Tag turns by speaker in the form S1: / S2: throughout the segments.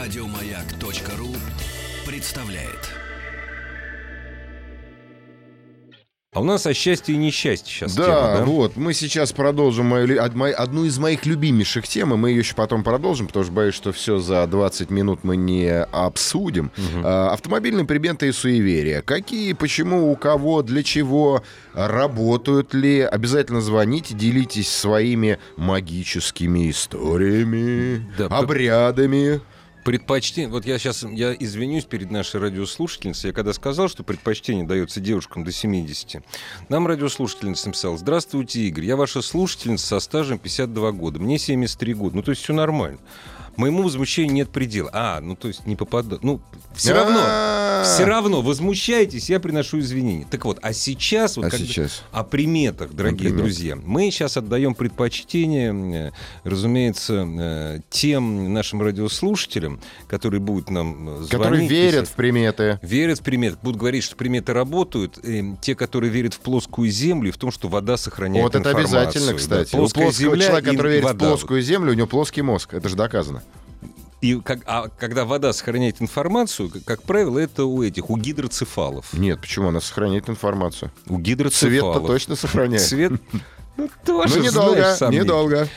S1: Радиомаяк.ру представляет.
S2: А у нас о счастье и несчастье сейчас
S3: Да, ну.
S2: тема, да?
S3: вот, мы сейчас продолжим мою ли- од- мои- одну из моих любимейших тем, и мы ее еще потом продолжим, потому что боюсь, что все за 20 минут мы не обсудим. А, автомобильные приметы и суеверия. Какие, почему, у кого, для чего, работают ли. Обязательно звоните, делитесь своими магическими историями,
S2: Да, п-
S3: обрядами.
S2: Предпочтение... Вот я сейчас я извинюсь перед нашей радиослушательницей. Я когда сказал, что предпочтение дается девушкам до 70, нам радиослушательница написала, здравствуйте, Игорь, я ваша слушательница со стажем 52 года, мне 73 года. Ну, то есть все нормально. Моему возмущению нет предела. А, ну, то есть не попадает. Ну, все равно...
S3: А-а-а.
S2: Все равно возмущаетесь, я приношу извинения. Так вот, а сейчас, вот
S3: А
S2: когда-
S3: сейчас?
S2: о приметах, дорогие
S3: Например?
S2: друзья. Мы сейчас отдаем предпочтение, э, разумеется, э, тем нашим радиослушателям, которые будут нам э, звонить.
S3: Которые верят
S2: писать.
S3: в приметы.
S2: Верят в приметы, будут говорить, что приметы работают. Э, те, которые верят в плоскую землю, и в том, что вода сохраняет
S3: Вот это
S2: информацию.
S3: обязательно,
S2: Да,
S3: кстати. У
S2: плоская
S3: плоского
S2: земля
S3: человека,
S2: и
S3: который верит в
S2: вода.
S3: плоскую землю, у него плоский мозг. Это же доказано.
S2: И как- а когда вода сохраняет информацию, как, как правило, это у этих, у гидроцефалов.
S3: Нет, почему? Она сохраняет информацию.
S2: У
S3: Цвет-то
S2: гидроцефалов.
S3: точно сохраняет.
S2: Цвет... Ну, тоже,
S3: ну,
S2: знаешь,
S3: недолго,
S2: сомнительно.
S3: недолго.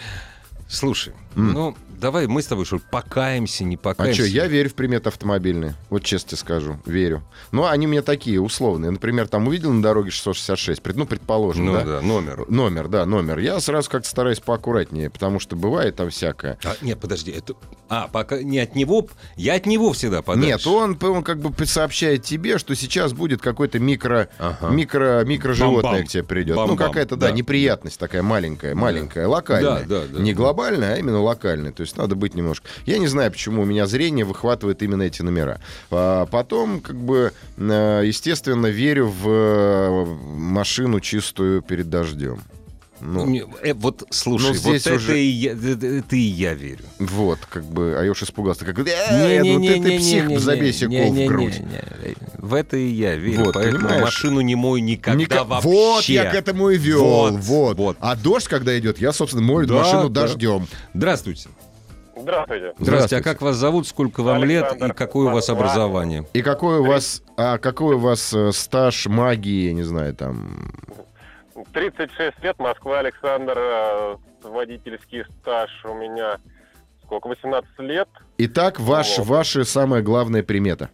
S2: Слушай,
S3: М.
S2: ну давай мы с тобой что ли, покаемся, не
S3: А
S2: покаемся.
S3: что, я верю в приметы автомобильные. Вот честно тебе скажу, верю. Но они у меня такие, условные. Например, там увидел на дороге 666, пред- ну, предположим,
S2: Ну
S3: да?
S2: да, номер.
S3: Номер, да, номер. Я сразу как-то стараюсь поаккуратнее, потому что бывает там всякое.
S2: А, нет, подожди, это... А, пока не от него... Я от него всегда подальше.
S3: Нет, он, он как бы сообщает тебе, что сейчас будет какой-то микро,
S2: Ага.
S3: микро, микроживотное
S2: Бам-бам.
S3: к тебе придет. ну,
S2: Бам-бам,
S3: какая-то, да,
S2: да.
S3: неприятность такая маленькая, маленькая, локальная.
S2: Да, да, да.
S3: Не глобальная, а именно локальная. То есть надо быть немножко... Я не знаю, почему у меня зрение выхватывает именно эти номера. А потом, как бы, э, естественно, верю в э, машину чистую перед дождем. Ну,
S2: Не, э, вот слушай,
S3: Ну, здесь
S2: вот это
S3: уже-
S2: и я, это- это и я верю.
S3: вот, как бы, а я уж испугался. Как, «Э, я думаю, ты, ты псих, забей себе кол в грудь.
S2: В это и я верю.
S3: Вот,
S2: поэтому
S3: понимаешь?
S2: машину не мой никогда
S3: Ника-
S2: вообще.
S3: Вот я к этому и вел.
S2: Вот,
S3: Вот,
S2: вот.
S3: А дождь, когда идет, я, собственно, мою
S2: Да,
S3: машину
S2: да.
S3: дождем.
S2: Здравствуйте.
S4: Здравствуйте.
S2: Здравствуйте. А как вас зовут, сколько вам лет и
S4: Александр.
S2: какое у вас
S4: Москва.
S2: образование?
S3: И какой у вас, а какой у вас э, стаж магии, я не знаю, там.
S4: 36 лет, Москва, Александр. э, Водительский стаж у меня сколько? 18 лет.
S3: Итак, ваш,
S4: О.
S3: ваша самая главная примета.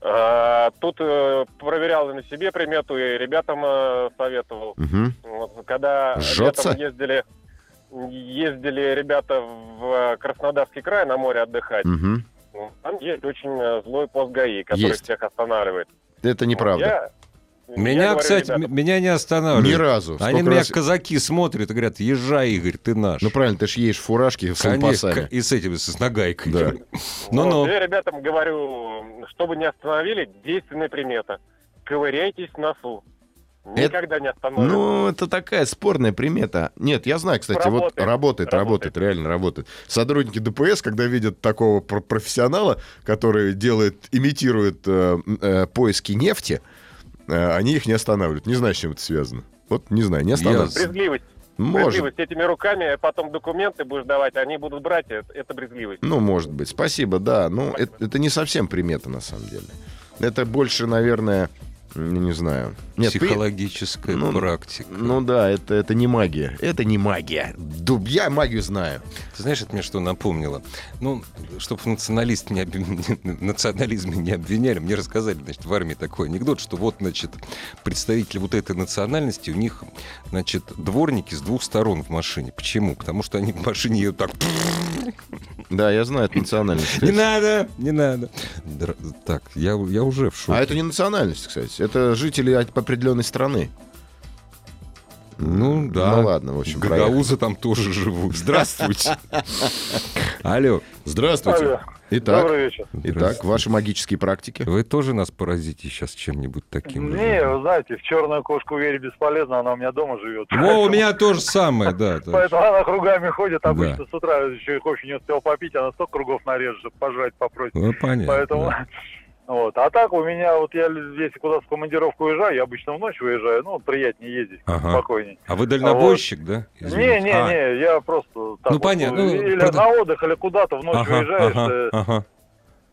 S4: А, Тут э, проверял и на себе примету и ребятам э, советовал.
S3: Мгм.
S4: Вот, Когда
S3: Жжется?
S4: летом ездили, ездили ребята в э, Краснодарский край на море отдыхать, ну,
S3: Мгм.
S4: там есть очень э, злой пост ГАИ, который
S3: Есть.
S4: всех останавливает.
S3: Это неправда.
S4: Я- я
S2: Меня,
S4: говорю,
S2: кстати,
S4: ребятам,
S2: м- меня не останавливает.
S3: Ни разу.
S2: Они
S3: Сколько
S2: на меня,
S3: раз-
S2: казаки, смотрят и говорят, езжай, Игорь, ты наш.
S3: Ну правильно, ты же едешь в фуражке с
S2: Конечно,
S3: лампасами.
S2: и с этим, с нагайкой.
S3: Да.
S2: Ну-ну.
S3: Ну,
S4: Вот, Я ребятам говорю, чтобы не остановили, действенная примета. Ковыряйтесь в носу. Никогда не остановим.
S3: Ну, это такая спорная примета. Нет, я знаю, кстати, вот
S4: Работает.
S3: работает, работает,
S4: Работает.
S3: реально работает. Сотрудники ДПС, когда видят такого про- профессионала, который делает, имитирует э, э, поиски нефти, э, они их не останавливают. Не знаю, с чем это связано. Вот не знаю, не останавливают.
S4: Брезгливость.
S3: Может.
S4: Брезгливость. Этими руками а потом документы будешь давать, они будут брать. Это, это брезгливость.
S3: Ну, может быть. Спасибо, да. Ну,
S4: Спасибо.
S3: это, это не совсем примета, на самом деле. Это больше, наверное, м, ну, не знаю. Нет, ты-
S2: Психологическая
S3: Ну,
S2: практика.
S3: Ну да, это, это не магия. Это не магия. Дуб, я магию знаю.
S2: Ты знаешь, это мне что напомнило? Ну, чтобы националист не обвин- национализме не обвиняли, мне рассказали, значит, в армии такой анекдот, что вот, значит, представители вот этой национальности, у них, значит, дворники с двух сторон в машине. Почему? Потому что они в машине ее так...
S3: Да, я знаю, это национальность.
S2: Не надо, не надо. Др- Так, я, я уже в шоке.
S3: А это не национальность, кстати. Это жители от- определенной страны.
S2: Ну да.
S3: Ну ладно, в общем, проехали.
S2: Гагаузы там тоже живут. Здравствуйте. Алло.
S3: Здравствуйте. Итак,
S4: Добрый вечер.
S3: итак, ваши магические практики.
S2: Вы тоже нас поразите сейчас чем-нибудь таким?
S5: Не, вы знаете, в черную кошку верить бесполезно, она у меня дома живет.
S2: Во, у меня то же самое, да. да.
S5: Поэтому она кругами ходит,
S2: Да.
S5: обычно с утра еще и кофе не успел попить, она столько кругов нарежет, чтобы пожрать попросит.
S2: Ну, понятно.
S5: Поэтому
S2: да.
S5: Вот. А так у меня, вот я если куда-то в командировку уезжаю, я обычно в ночь выезжаю, ну, приятнее ездить,
S2: Ага.
S5: спокойнее.
S2: А вы дальнобойщик, да?
S5: Не,
S2: Извините.
S5: не,
S2: А,
S5: не, я просто так
S2: Ну,
S5: вот,
S2: понятно, ну,
S5: или
S2: прода-
S5: на отдых, или куда-то в ночь
S2: ага,
S5: уезжаешь.
S2: ага,
S5: э,
S2: ага.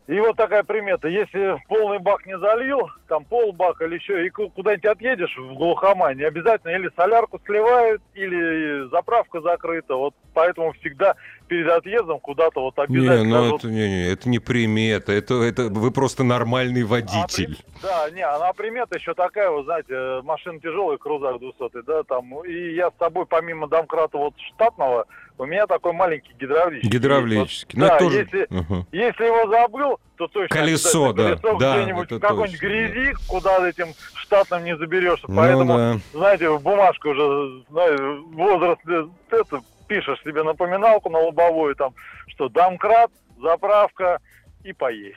S5: И вот такая примета. Если полный бак не залил, там полбака или еще, и ку- куда-нибудь отъедешь в глухомане, обязательно или солярку сливают, или заправка закрыта. Вот поэтому всегда перед отъездом куда-то вот
S2: Не,
S5: обязательно...
S2: ну
S5: вот-
S2: это не, не, это не примета, это, это вы просто нормальный
S5: А при-
S2: водитель.
S5: Да, не, она примета еще такая, вы знаете, э, машина тяжелая, крузак 200, да, там. И я с собой, помимо домкрата вот штатного, у меня такой маленький гидравлический.
S2: Гидравлический. Ну,
S5: да,
S2: это тоже...
S5: если-
S2: Ага.
S5: Если его забыл, то точно
S2: Колесо, да,
S5: обязательно
S2: да,
S5: где-нибудь
S2: это
S5: в какой-нибудь
S2: точно,
S5: грязи, куда этим штатным не заберешься.
S2: Ну
S5: Поэтому,
S2: да.
S5: знаете, в бумажку уже знаете, возраст э, это, пишешь себе напоминалку на лобовую там, что домкрат, заправка и поесть.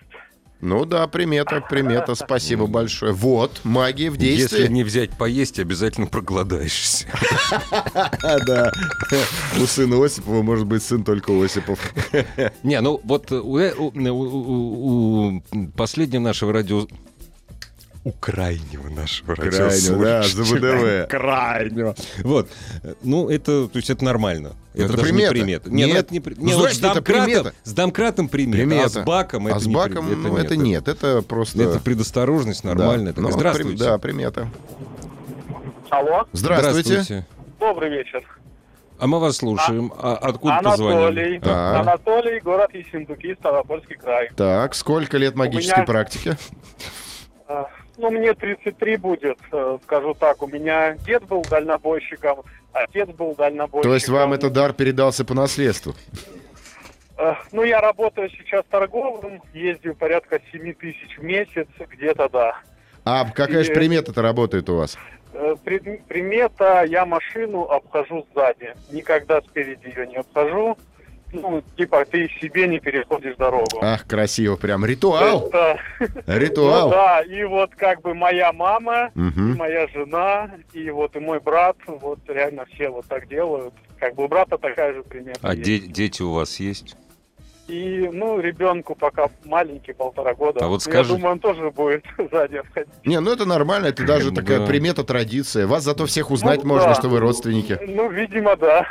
S3: Ну да, примета, примета, спасибо большое. Вот, магия в действии.
S2: Если не взять поесть, обязательно проголодаешься.
S3: А, да. У сына Осипова может быть сын только Осипов.
S2: Не, ну вот э, у, э, у- э, у- у- у последнего нашего радио... У крайнего нашего радио.
S3: Крайнего, да, ЗВДВ.
S2: Крайнего. Вот. Э, Ну, это, то есть это нормально.
S3: Ну, Это
S2: даже не
S3: примета.
S2: примета. Не, ну,
S3: Нет.
S2: это не при-
S3: Ну,
S2: не, вот
S3: значит,
S2: с
S3: это
S2: домкратом,
S3: примета.
S2: с домкратом примета, а с
S3: Примета.
S2: баком это
S3: А с
S2: не при-
S3: баком, ну, это
S2: нет.
S3: нет, это просто...
S2: Это предосторожность нормальная.
S3: Да.
S2: такая.
S3: Ну,
S2: Здравствуйте.
S3: прим- Да, примета.
S4: Алло,
S3: Здравствуйте.
S4: добрый вечер.
S2: А мы вас слушаем. А, откуда позвонили?
S4: Анатолий.
S3: А.
S4: Анатолий, город Ессентуки, Ставропольский край.
S3: Так, сколько лет магической
S4: меня-
S3: практики?
S5: А,
S4: Э, Ну, мне 33 будет, э, скажу так. У меня дед был дальнобойщиком, отец был дальнобойщиком.
S3: То есть вам этот дар передался по наследству?
S4: Э, Ну, я работаю сейчас торговым, ездил порядка 7 тысяч в месяц, где-то, да.
S3: А какая же
S4: Э,
S3: примета-то работает у вас?
S4: Э, пред- Примета, я машину обхожу сзади, никогда спереди ее не обхожу. Ну, типа, ты себе не переходишь дорогу.
S3: Ах, красиво, прям ритуал,
S4: Это- Ну
S3: ритуал.
S4: да, и вот как бы моя мама, и
S3: Мгм.
S4: моя жена, и вот и мой брат, вот реально все вот так делают. Как бы у брата такая же примета.
S2: А
S4: есть.
S2: де- дети у вас есть?
S4: И, ну, ребенку пока маленький, полтора года.
S2: А вот
S4: Ну,
S2: скажи-
S4: Я думаю, он тоже будет сзади обходить.
S3: Не, ну это нормально, это даже
S2: Да.
S3: такая примета, традиция. Вас зато всех узнать
S4: Ну
S3: можно,
S4: да.
S3: что вы родственники.
S4: Ну, видимо, да.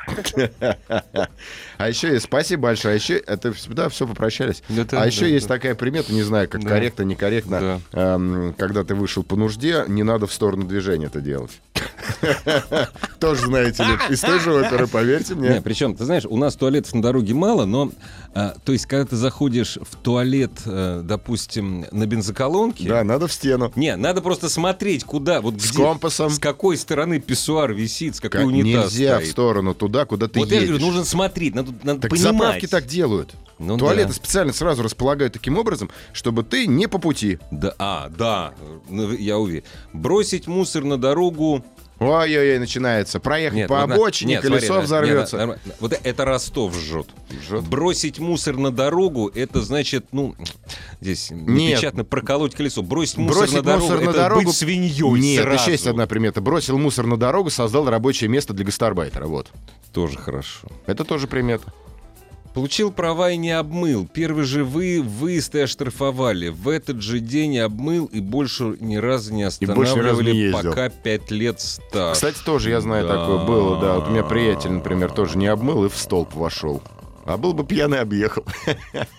S3: А еще есть, спасибо большое. А еще, это всегда все попрощались.
S2: Это-
S3: а еще
S2: да,
S3: есть
S2: да.
S3: такая примета, не знаю, как
S2: Да.
S3: корректно, некорректно, эм, когда ты вышел по нужде, не надо в сторону движения это делать. Тоже, знаете ли, из той же оперы, поверьте
S2: Не,
S3: мне.
S2: причем, ты знаешь, у нас туалетов на дороге мало, но, а, то есть, когда ты заходишь в туалет, э, допустим, на бензоколонке,
S3: Да, надо в стену.
S2: не, надо просто смотреть, куда, вот
S3: С
S2: где,
S3: компасом.
S2: с какой стороны писсуар висит, с какой
S3: Как-
S2: унитаз
S3: Нельзя в
S2: стоит.
S3: сторону, туда, куда ты
S2: вот я
S3: едешь.
S2: говорю, нужно смотреть, надо, надо
S3: Так
S2: понимать.
S3: заправки так делают.
S2: Ну
S3: Туалеты
S2: да.
S3: специально сразу располагают таким образом, чтобы ты не по пути.
S2: Да, а, да, ну, я уверен. Бросить мусор на дорогу.
S3: Ой-ой-ой, начинается. Проехать
S2: Нет,
S3: по
S2: вот на-
S3: обочине,
S2: нет,
S3: колесо
S2: смотри, да,
S3: взорвется.
S2: нет, нормально. вот это Ростов жжет.
S3: Жжет.
S2: Бросить мусор на дорогу, это значит, ну, здесь непечатно проколоть колесо. Бросить мусор
S3: Бросить
S2: на дорогу,
S3: мусор на
S2: это
S3: дорогу...
S2: быть свиньей
S3: Нет,
S2: сразу.
S3: еще есть одна примета. Бросил мусор на дорогу, создал рабочее место для гастарбайтера. Вот.
S2: Тоже хорошо.
S3: Это тоже примета.
S2: Получил права и не обмыл. Первый же вы выезд и оштрафовали. В этот же день обмыл и больше ни разу не
S3: ни разу не
S2: останавливали,
S3: ездил.
S2: пока пять лет стаж.
S3: Кстати, тоже я знаю
S2: Да.
S3: такое было, да. Вот у меня приятель, например, тоже не обмыл и в столб вошел. А был бы пьяный, объехал.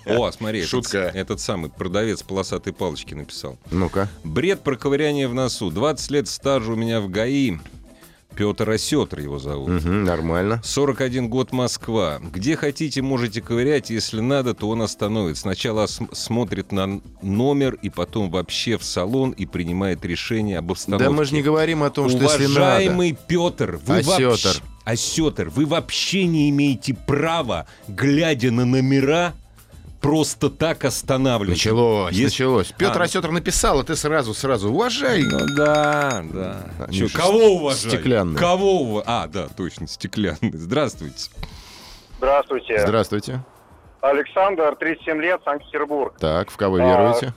S2: О, смотри,
S3: Шутка.
S2: Этот, этот самый продавец полосатой палочки написал.
S3: Ну-ка.
S2: Бред про ковыряние в носу. 20 лет стажа у меня в ГАИ. Петр Осетр его зовут.
S3: Мгм, нормально.
S2: 41 год Москва. Где хотите, можете ковырять. Если надо, то он остановит. Сначала см- смотрит на н- номер и потом вообще в салон и принимает решение об обстановке.
S3: Да мы же не говорим о том, что если надо. А
S2: Уважаемый Петр, вы
S3: Осётр.
S2: вообще... Осётр, вы вообще не имеете права, глядя на номера, просто так останавливать.
S3: Началось,
S2: Если-
S3: началось. Петр
S2: ну-
S3: Осетр написал, а ты сразу, сразу, уважай.
S2: Ну да, да.
S3: Они
S2: Чё,
S3: же
S2: кого уважать?
S3: стеклянные.
S2: Кого ува- А, да, точно, стеклянный. Здравствуйте.
S4: Здравствуйте.
S3: Здравствуйте.
S4: Александр, 37 лет, Санкт-Петербург.
S3: Так, в кого
S4: А,
S3: веруете?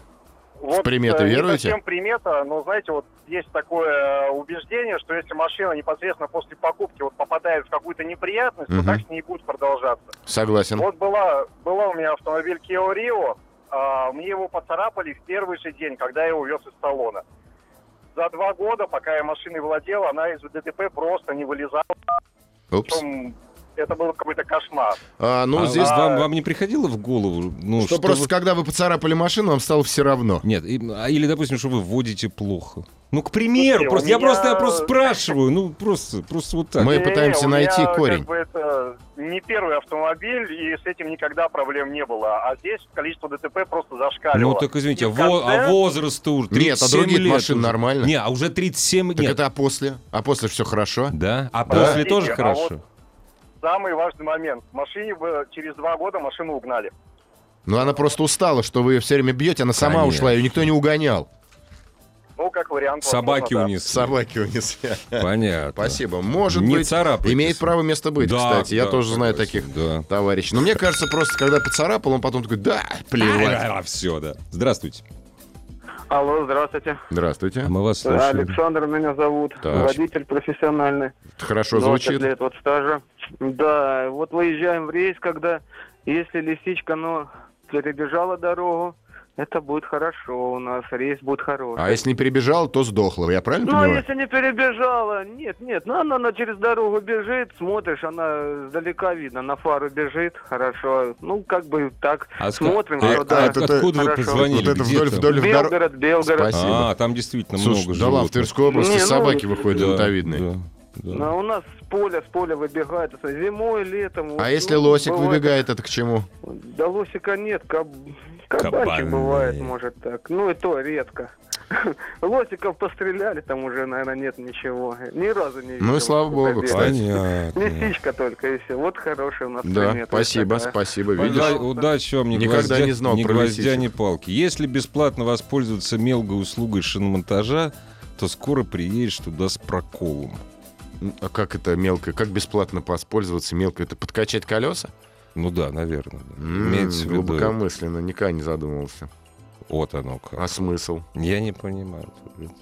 S4: Вот,
S3: приметы
S4: э, не
S3: веруете?
S4: совсем примета, но, знаете, вот есть такое э, убеждение, что если машина непосредственно после покупки вот попадает в какую-то неприятность,
S3: Мгм.
S4: то так с ней будет продолжаться.
S3: Согласен.
S4: Вот была, была у меня автомобиль Kia Rio, А, мне его поцарапали в первый же день, когда я его увез из салона. За два года, пока я машиной владел, она из ДТП просто не вылезала.
S3: Упс.
S4: Причем это был какой-то кошмар.
S3: А, ну,
S2: А
S3: здесь...
S2: вам, вам не приходило в голову, ну,
S3: Что,
S2: что,
S3: просто,
S2: вы-
S3: когда вы поцарапали машину, вам стало все равно.
S2: Нет, и- а или, допустим, что вы вводите плохо. Ну, к примеру,
S4: Слушайте,
S2: просто,
S4: у
S2: я просто, я
S4: меня-
S2: просто спрашиваю, ну, просто, просто вот так.
S3: Мы
S4: Не,
S3: пытаемся
S4: у меня,
S3: найти
S4: как
S3: корень.
S4: бы, это не первый автомобиль, и с этим никогда проблем не было. А здесь количество ДТП просто зашкаливало.
S2: Ну, так извините,
S4: И
S2: а,
S4: в
S2: во-
S4: конце-
S2: а возраст уже
S3: Нет,
S2: 37
S3: а другие
S2: лет
S3: машины
S2: уже.
S3: нормально.
S2: Не, а уже 37
S3: Так
S2: нет.
S3: это а после? А после все хорошо?
S2: Да? А
S4: Да.
S2: после тоже
S4: А
S2: хорошо?
S4: вот- Самый важный момент. Машине бы через два года машину угнали.
S3: Ну, она просто устала, что вы ее все время бьете, она сама
S2: Конечно.
S3: ушла, ее никто не угонял.
S4: Ну, как вариант.
S2: Собаки
S4: возможно, да.
S2: унесли.
S3: Собаки унесли.
S2: Понятно.
S3: Спасибо. Может
S2: Не
S3: быть,
S2: царапайтесь.
S3: имеет право место быть,
S2: Да,
S3: кстати. Я
S2: да,
S3: тоже знаю
S2: согласен,
S3: таких
S2: да.
S3: товарищей. Но мне кажется, просто когда поцарапал, он потом такой, да, плевать.
S2: все, да. Здравствуйте.
S5: Алло, здравствуйте.
S3: Здравствуйте.
S2: А мы вас слушаем.
S5: Александр меня зовут.
S3: Так.
S5: Водитель профессиональный.
S3: Хорошо
S5: 20
S3: звучит.
S5: Ну, а лет вот стажа. Да, вот выезжаем в рейс, когда если лисичка, но перебежала дорогу, это будет хорошо у нас, рейс будет хороший.
S3: А если не перебежал, то сдохла. Я правильно
S5: Ну, а
S3: понимаю?
S5: если не перебежала, нет, нет, ну, она, она через дорогу бежит, смотришь, она сдалека видно, на фару бежит, хорошо, ну, как бы так,
S2: А ска-
S5: смотрим,
S2: а-
S5: что
S3: а
S5: да.
S3: это-
S2: откуда вы
S5: Хорошо.
S2: позвонили?
S3: Вот это
S2: Где
S3: вдоль,
S2: там?
S3: вдоль в дор-
S5: Белгород, Белгород.
S3: Спасибо.
S2: А, там действительно
S3: Слушай,
S2: много
S3: да ладно, в
S2: животных.
S3: Тверской области
S5: Не, ну,
S3: собаки выходят
S2: Да,
S3: желтовидные.
S2: да, да.
S5: Ну, а у нас с поля, с поля выбегает, это зимой, летом. вот,
S3: А если
S5: ну,
S3: лосик
S5: бывает.
S3: выбегает, это к чему?
S5: Да лосика нет, каб... кабанчик
S2: Кабан,
S5: бывает,
S2: нет.
S5: может так. Ну и то редко. Лосиков постреляли, там уже, наверное, нет ничего. Ни разу не видел.
S3: Ну и слава богу,
S5: Победа.
S3: кстати.
S2: Понятно.
S5: Лисичка только и все. Вот хорошая у нас
S3: Да,
S5: примета.
S3: спасибо,
S5: Такая.
S3: спасибо. Видишь?
S2: Уда- удачи вам, не
S3: Никогда
S2: гвоздя,
S3: не знал
S2: ни
S3: про
S2: гвоздя,
S3: лисичек.
S2: ни палки. Если бесплатно воспользоваться мелкой услугой шиномонтажа, то скоро приедешь туда с проколом.
S3: А как это мелко? Как бесплатно воспользоваться мелко? Это подкачать колеса?
S2: Ну да, наверное. да.
S3: М,
S2: Имеется в виду.
S3: Глубокомысленно, никогда не задумывался.
S2: Вот оно как.
S3: А смысл?
S2: Я не понимаю.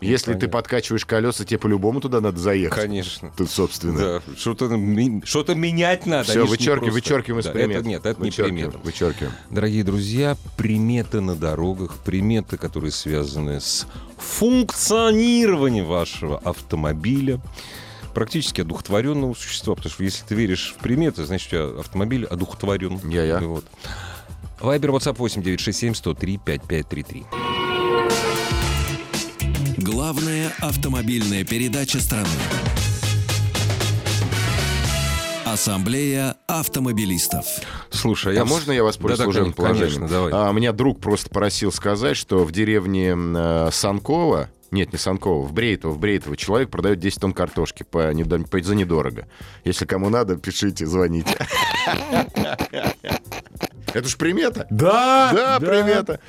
S3: Если ты подкачиваешь колеса, тебе по-любому туда надо заехать.
S2: Конечно.
S3: Тут, собственно.
S2: Да, что-то, ми- что-то менять надо.
S3: Все,
S2: они ж не
S3: вычеркиваем,
S2: просто-
S3: вычеркиваем из
S2: Да,
S3: примет.
S2: это нет, это не
S3: Вычеркиваем,
S2: примета.
S3: Вычеркиваем.
S2: Дорогие друзья, приметы на дорогах, приметы, которые связаны с функционированием вашего автомобиля, практически одухотворенного существа, потому что если ты веришь в приметы, значит, у тебя автомобиль одухотворен.
S3: Я-я.
S2: Вот. Вайбер, WhatsApp 8967 103 5533.
S1: Главная автомобильная передача страны. Ассамблея автомобилистов.
S2: Слушай,
S3: А
S2: я...
S3: можно я воспользуюсь
S2: Да, да,
S3: служебным
S2: конечно,
S3: положением?
S2: конечно, давай.
S3: А, меня друг просто просил сказать, что в деревне э, Санкова, нет, не Санкова, в Брейтово, в Брейтово человек продает 10 тонн картошки по, недо- по- за недорого. Если кому надо, пишите, звоните. Это ж примета.
S2: Да!
S3: Да, примета.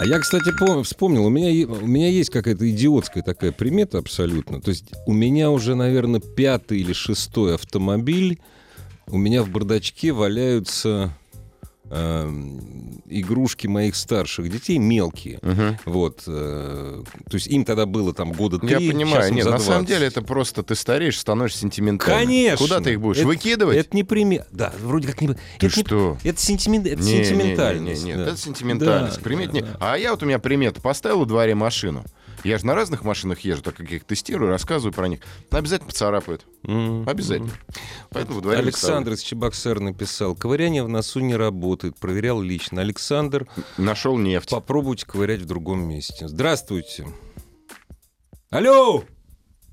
S2: А я, кстати, пом- вспомнил, у меня, е- у меня есть какая-то идиотская такая примета абсолютно. То есть у меня уже, наверное, пятый или шестой автомобиль. У меня в бардачке валяются эм, игрушки моих старших детей, мелкие.
S3: Мгм.
S2: Вот. э, то есть им тогда было там года три.
S3: Ну, Я
S2: щас
S3: понимаю,
S2: им
S3: нет,
S2: за
S3: на самом
S2: 20.
S3: деле это просто ты стареешь, становишься сентиментальным.
S2: Конечно.
S3: Куда ты их будешь?
S2: Это-
S3: Выкидывать?
S2: Это не примета. Да, вроде как не...
S3: Ты
S2: это не-
S3: что?
S2: это, сентимен- это
S3: Не, не, не, не,
S2: сентиментальность.
S3: Нет,
S2: да.
S3: это сентиментальность.
S2: Да,
S3: примет
S2: да,
S3: нет.
S2: да.
S3: А я вот у меня примета. Поставил во дворе машину. Я же на разных машинах езжу, так как я их тестирую, рассказываю про них. Обязательно поцарапают.
S2: М.
S3: Обязательно. Поэтому во дворе
S2: Александр из Чебоксар написал, ковыряние в носу не работает, проверял лично. Александр,
S3: нашел нефть.
S2: попробуйте ковырять в другом месте. Здравствуйте. Алло!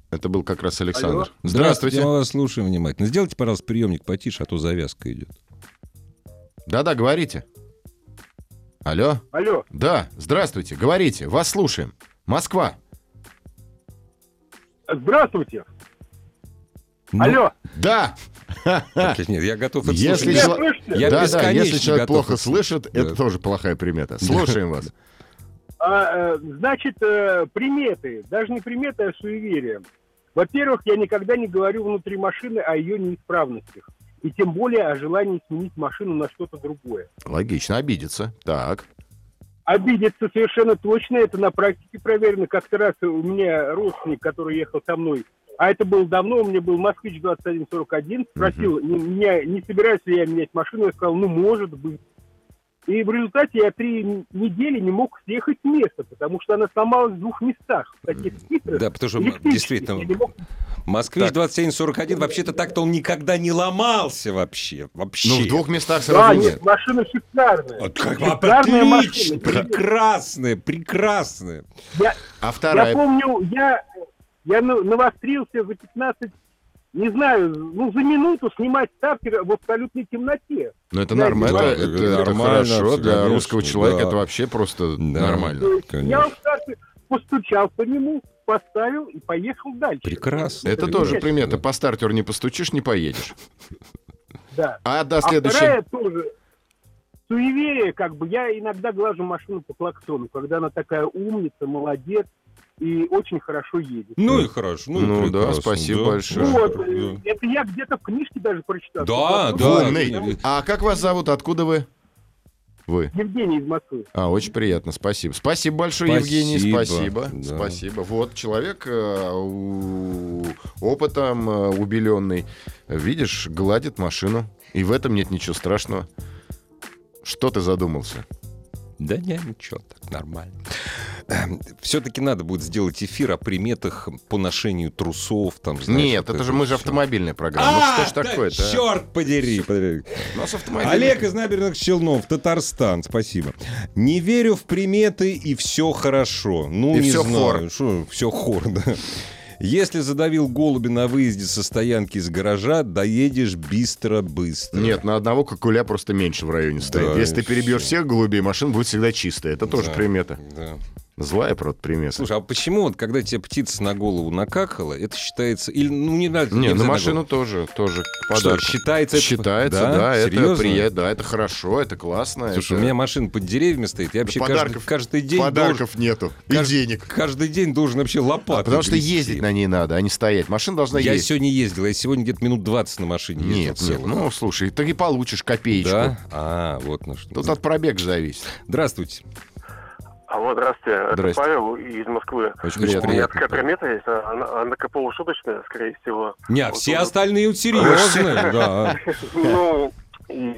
S3: Это был как раз Александр.
S2: Мы
S3: Здравствуйте.
S2: вас слушаем внимательно. Сделайте, пожалуйста, приемник потише, а то завязка идет.
S3: Да-да, говорите. Алло.
S6: Алло.
S3: Да, здравствуйте, говорите. Вас слушаем. Москва.
S6: Здравствуйте.
S2: Ну,
S6: Алло.
S3: Да.
S2: так, нет, я готов это
S3: Если
S2: слушать.
S6: Меня
S3: чела-
S6: слышите?
S2: Я
S3: да, да,
S2: бесконечно
S3: если человек
S2: готов
S3: плохо
S2: это
S3: слышит,
S2: слушать.
S3: это
S2: Да.
S3: тоже плохая примета. Слушаем вас.
S6: А, э, значит, э, приметы. Даже не приметы, а суеверия. Во-первых, я никогда не говорю внутри машины о ее неисправностях. И тем более о желании сменить машину на что-то другое.
S3: Логично, обидится. Так.
S6: Обидеться совершенно точно, это на практике проверено. Как-то раз у меня родственник, который ехал со мной, а это было давно, у меня был «Москвич» 2141, спросил, не, меня- не собираюсь ли я менять машину, я сказал, ну, может быть. И в результате я три неделе не мог съехать с места, потому что она сломалась в двух местах. В таких хитрых.
S2: Да, потому что
S6: электрических. Я не
S2: действительно
S6: мог-
S2: Москвич
S3: Так.
S2: 2741, вообще-то так-то он никогда не ломался вообще. Вообще.
S3: Ну, в двух местах
S6: Да,
S3: сразу нет.
S6: нет, машина шикарная.
S2: Вот А как
S6: Шикарная
S2: отлично,
S6: машина.
S2: прекрасная, прекрасная.
S3: А
S6: Я
S3: вторая...
S6: помню, я, я на- навострился за 15, не знаю, ну за минуту снимать стартер в абсолютной темноте.
S3: Ну, это
S6: Да,
S3: нормально,
S2: да,
S3: это,
S2: это
S3: это
S2: нормально,
S3: хорошо.
S2: всё,
S3: Для
S2: конечно,
S3: русского человека
S2: да.
S3: это вообще просто
S2: Да.
S3: нормально.
S6: То есть Я
S2: Конечно.
S6: в старте постучал по нему, поставил и поехал дальше.
S2: Прекрасно.
S3: Это
S6: Прекрасно.
S3: тоже примета. По стартер не постучишь, не поедешь.
S6: Да.
S3: А до
S6: А
S3: следующей...
S6: вторая тоже суеверие, как бы я иногда глажу машину по клаксону, когда она такая умница, молодец и очень хорошо едет.
S2: Ну и хорошо. Ну, и
S3: Ну да,
S2: прекрасно,
S3: спасибо большое.
S6: Вот,
S2: Да. Ну,
S6: э, это я где-то в книжке даже прочитал.
S2: Да,
S6: Ну,
S2: да.
S3: Умный. А как вас зовут? Откуда вы? Вы.
S6: Евгений из Москвы.
S3: А, очень приятно, спасибо. Спасибо большое,
S2: Спасибо.
S3: Евгений, спасибо.
S2: Да.
S3: Спасибо. Вот человек э, у- опытом э, убеленный, видишь, гладит машину, и в этом нет ничего страшного. Что ты задумался?
S2: Да не, ничего, так нормально. Все-таки Эм, надо будет сделать эфир о приметах по ношению трусов. Там, знаешь,
S3: Нет,
S2: вот
S3: это же мы
S2: всё.
S3: же автомобильная программа. ну
S2: А,
S3: что ж такое-то? а?
S2: черт подери. подери.
S3: У нас автомобиль.
S2: Олег из Набережных Челнов, Татарстан, спасибо. Не верю в приметы и все хорошо. Ну,
S3: И
S2: не
S3: всё
S2: знаю. Что, все хор, да. Если задавил голуби на выезде со стоянки из гаража, доедешь быстро-быстро.
S3: Нет, на одного кокуля просто меньше в районе стоит.
S2: Да,
S3: Если ты
S2: и
S3: перебьешь
S2: всё.
S3: всех голубей, машина будет всегда чистая. Это тоже
S2: Да.
S3: примета.
S2: Да.
S3: Злая, правда, примета.
S2: Слушай, а почему вот, когда тебе птица на голову накакала, это считается... Или, ну, не надо...
S3: Не,
S2: нельзя
S3: на
S2: голову.
S3: машину тоже, тоже к
S2: Что,
S3: подарку.
S2: считается... это-
S3: Считается, да, это
S2: Серьезно?
S3: приятно, да, это хорошо, это классно.
S2: Слушай,
S3: это-
S2: у меня машина под деревьями стоит. Я вообще каждый,
S3: подарков-
S2: каждый день должен...
S3: подарков нету
S2: Кажд-
S3: и денег.
S2: Каждый день должен вообще лопату.
S3: А потому что
S2: грести.
S3: ездить на ней надо, а не стоять. Машина должна
S2: Я
S3: ездить.
S2: сегодня ездил, я сегодня где-то минут 20 на машине ездил.
S3: Нет, нет,
S2: целых.
S3: ну слушай, ты и получишь копеечку.
S2: да? А, вот на что.
S3: Тут от пробега зависит.
S2: Здравствуйте.
S7: Алло, здравствуйте. Это
S3: Здрасте.
S7: Павел из Москвы.
S2: Очень
S3: Очень
S7: У меня
S2: приятно.
S7: такая примета есть, а- она, она такая полушуточная, скорее всего.
S2: Не, а
S7: Вот
S2: все
S7: он-
S2: остальные вот серьезные, да.
S7: Ну, и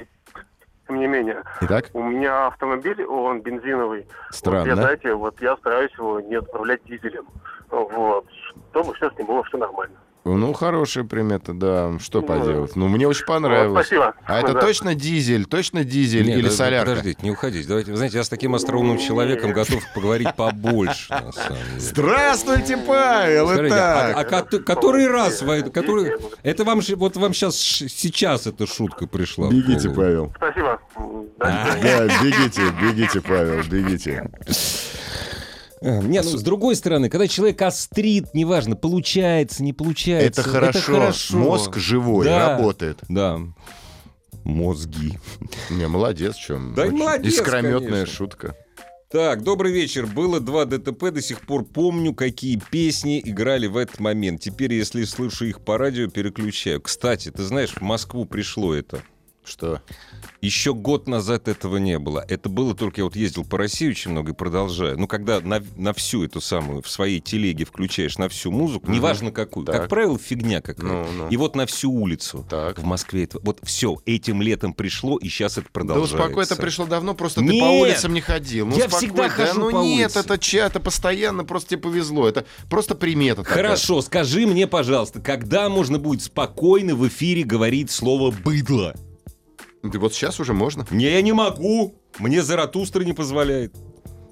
S7: тем не менее.
S3: Итак,
S7: У меня автомобиль, он бензиновый. Вот я,
S3: странно.
S7: знаете, вот я стараюсь его не отправлять дизелем. Вот. Чтобы все с ним было все нормально.
S3: Ну, хорошая примета, да. Что
S7: Ну,
S3: поделать? Ну, мне очень
S7: Вот,
S3: понравилось.
S7: спасибо.
S3: А это
S7: Да.
S3: точно дизель, точно дизель
S2: Нет,
S3: или
S2: да-
S3: солярка?
S2: Подождите, не уходите. Давайте, вы знаете, я с таким остроумным человеком готов поговорить побольше, на самом деле.
S3: Здравствуйте, Павел!
S2: Скажите, а,
S3: Итак,
S2: а кот- который раз вы это- который, это вам же- вот вам сейчас сейчас эта шутка пришла. в
S3: бегите,
S2: голову.
S3: Павел.
S7: Спасибо. М, до свидания.
S3: Да, бегите, бегите, Павел, бегите.
S2: А, Не, ну, с другой стороны, когда человек острит, неважно, получается, не получается.
S3: Это хорошо.
S2: хорошо.
S3: Мозг живой,
S2: Да.
S3: работает.
S2: Да. Мозги.
S3: Не, молодец, чем.
S2: Да и молодец,
S3: Искрометная
S2: конечно.
S3: шутка.
S2: Так, добрый вечер. Было два ДТП, до сих пор помню, какие песни играли в этот момент. Теперь, если слышу их по радио, переключаю. Кстати, ты знаешь, в Москву пришло это.
S3: Что?
S2: Еще год назад этого не было. Это было только, я вот ездил по России очень много и продолжаю. Ну, когда на, на всю эту самую, в своей телеге включаешь на всю музыку,
S3: Мгм.
S2: неважно какую,
S3: Так.
S2: как правило, фигня какая.
S3: Ну, ну.
S2: И вот на всю улицу.
S3: Так.
S2: В Москве это... Вот все, этим летом пришло, и сейчас это
S3: Да
S2: продолжается.
S3: успокой, это пришло давно, просто ты
S2: Нет!
S3: по улицам не ходил. Ну,
S2: Я
S3: успокой,
S2: всегда
S3: да,
S2: хожу
S3: ну
S2: по
S3: нет,
S2: улице.
S3: это чья, это постоянно, просто тебе повезло. Это просто примета такая.
S2: Хорошо, скажи мне, пожалуйста, когда можно будет спокойно в эфире говорить слово «быдло»?
S3: Да вот сейчас уже можно.
S2: Не, я не могу. Мне Заратустра не позволяет.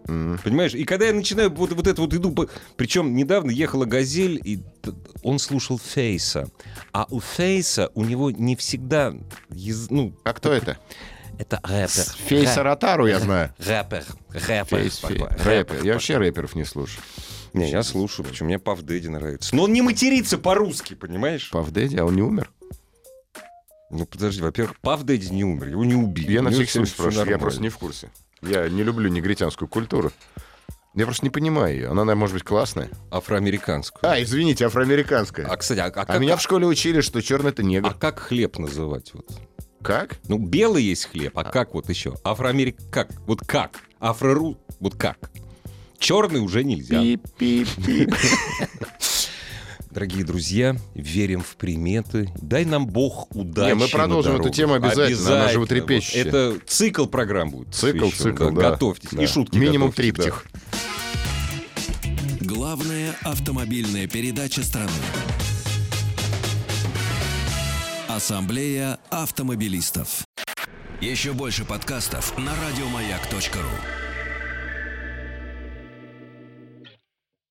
S3: М.
S2: Понимаешь? И когда я начинаю вот, вот это вот иду... по- Причем недавно ехала «Газель», и т- он слушал Фейса. А у Фейса у него не всегда... яз- Ну,
S3: А кто это?
S2: это рэпер.
S3: С Фейса Ротару, я знаю.
S2: Рэпер. Рэпер.
S3: Фейс, Фей-
S2: Такой.
S3: Рэпер. Я вообще рэперов не слушаю.
S2: Не, я слушаю, почему мне Пав Дэдди нравится. Но он не матерится по-русски, понимаешь?
S3: Пав Дэдди, а он не умер?
S2: Ну подожди, во-первых, Пав Дэдди не умер, его не убили.
S3: Я
S2: У
S3: на
S2: него
S3: всех
S2: Ну, всё-
S3: всем
S2: всё
S3: спрашиваю, я
S2: нормально.
S3: просто не в курсе. Я не люблю негритянскую культуру. Я просто не понимаю ее. Она, наверное, может быть, классная.
S2: Афроамериканскую.
S3: А, извините, афроамериканская.
S2: А,
S3: А,
S2: кстати, а, а как,
S3: меня в школе учили, что черный это
S2: а
S3: негр.
S2: как хлеб называть? Вот?
S3: Как?
S2: Ну, белый есть хлеб, а, как вот еще? Афроамерик... Как? Вот как? Афрору... Вот как? Черный уже нельзя.
S3: Пип-пип-пип.
S2: Дорогие друзья, верим в приметы. Дай нам Бог удачи.
S3: Не, мы
S2: на
S3: продолжим эту
S2: дорогах.
S3: тему обязательно, она животрепещущая.
S2: Вот Это цикл программ будет.
S3: Цикл,
S2: посвящен,
S3: цикл, да.
S2: Готовьтесь.
S3: Да.
S2: И шутки
S3: Минимум
S2: готовьте, да.
S3: триптих.
S1: Главная автомобильная передача страны. Ассамблея автомобилистов. Еще больше подкастов на радиомаяк.ру.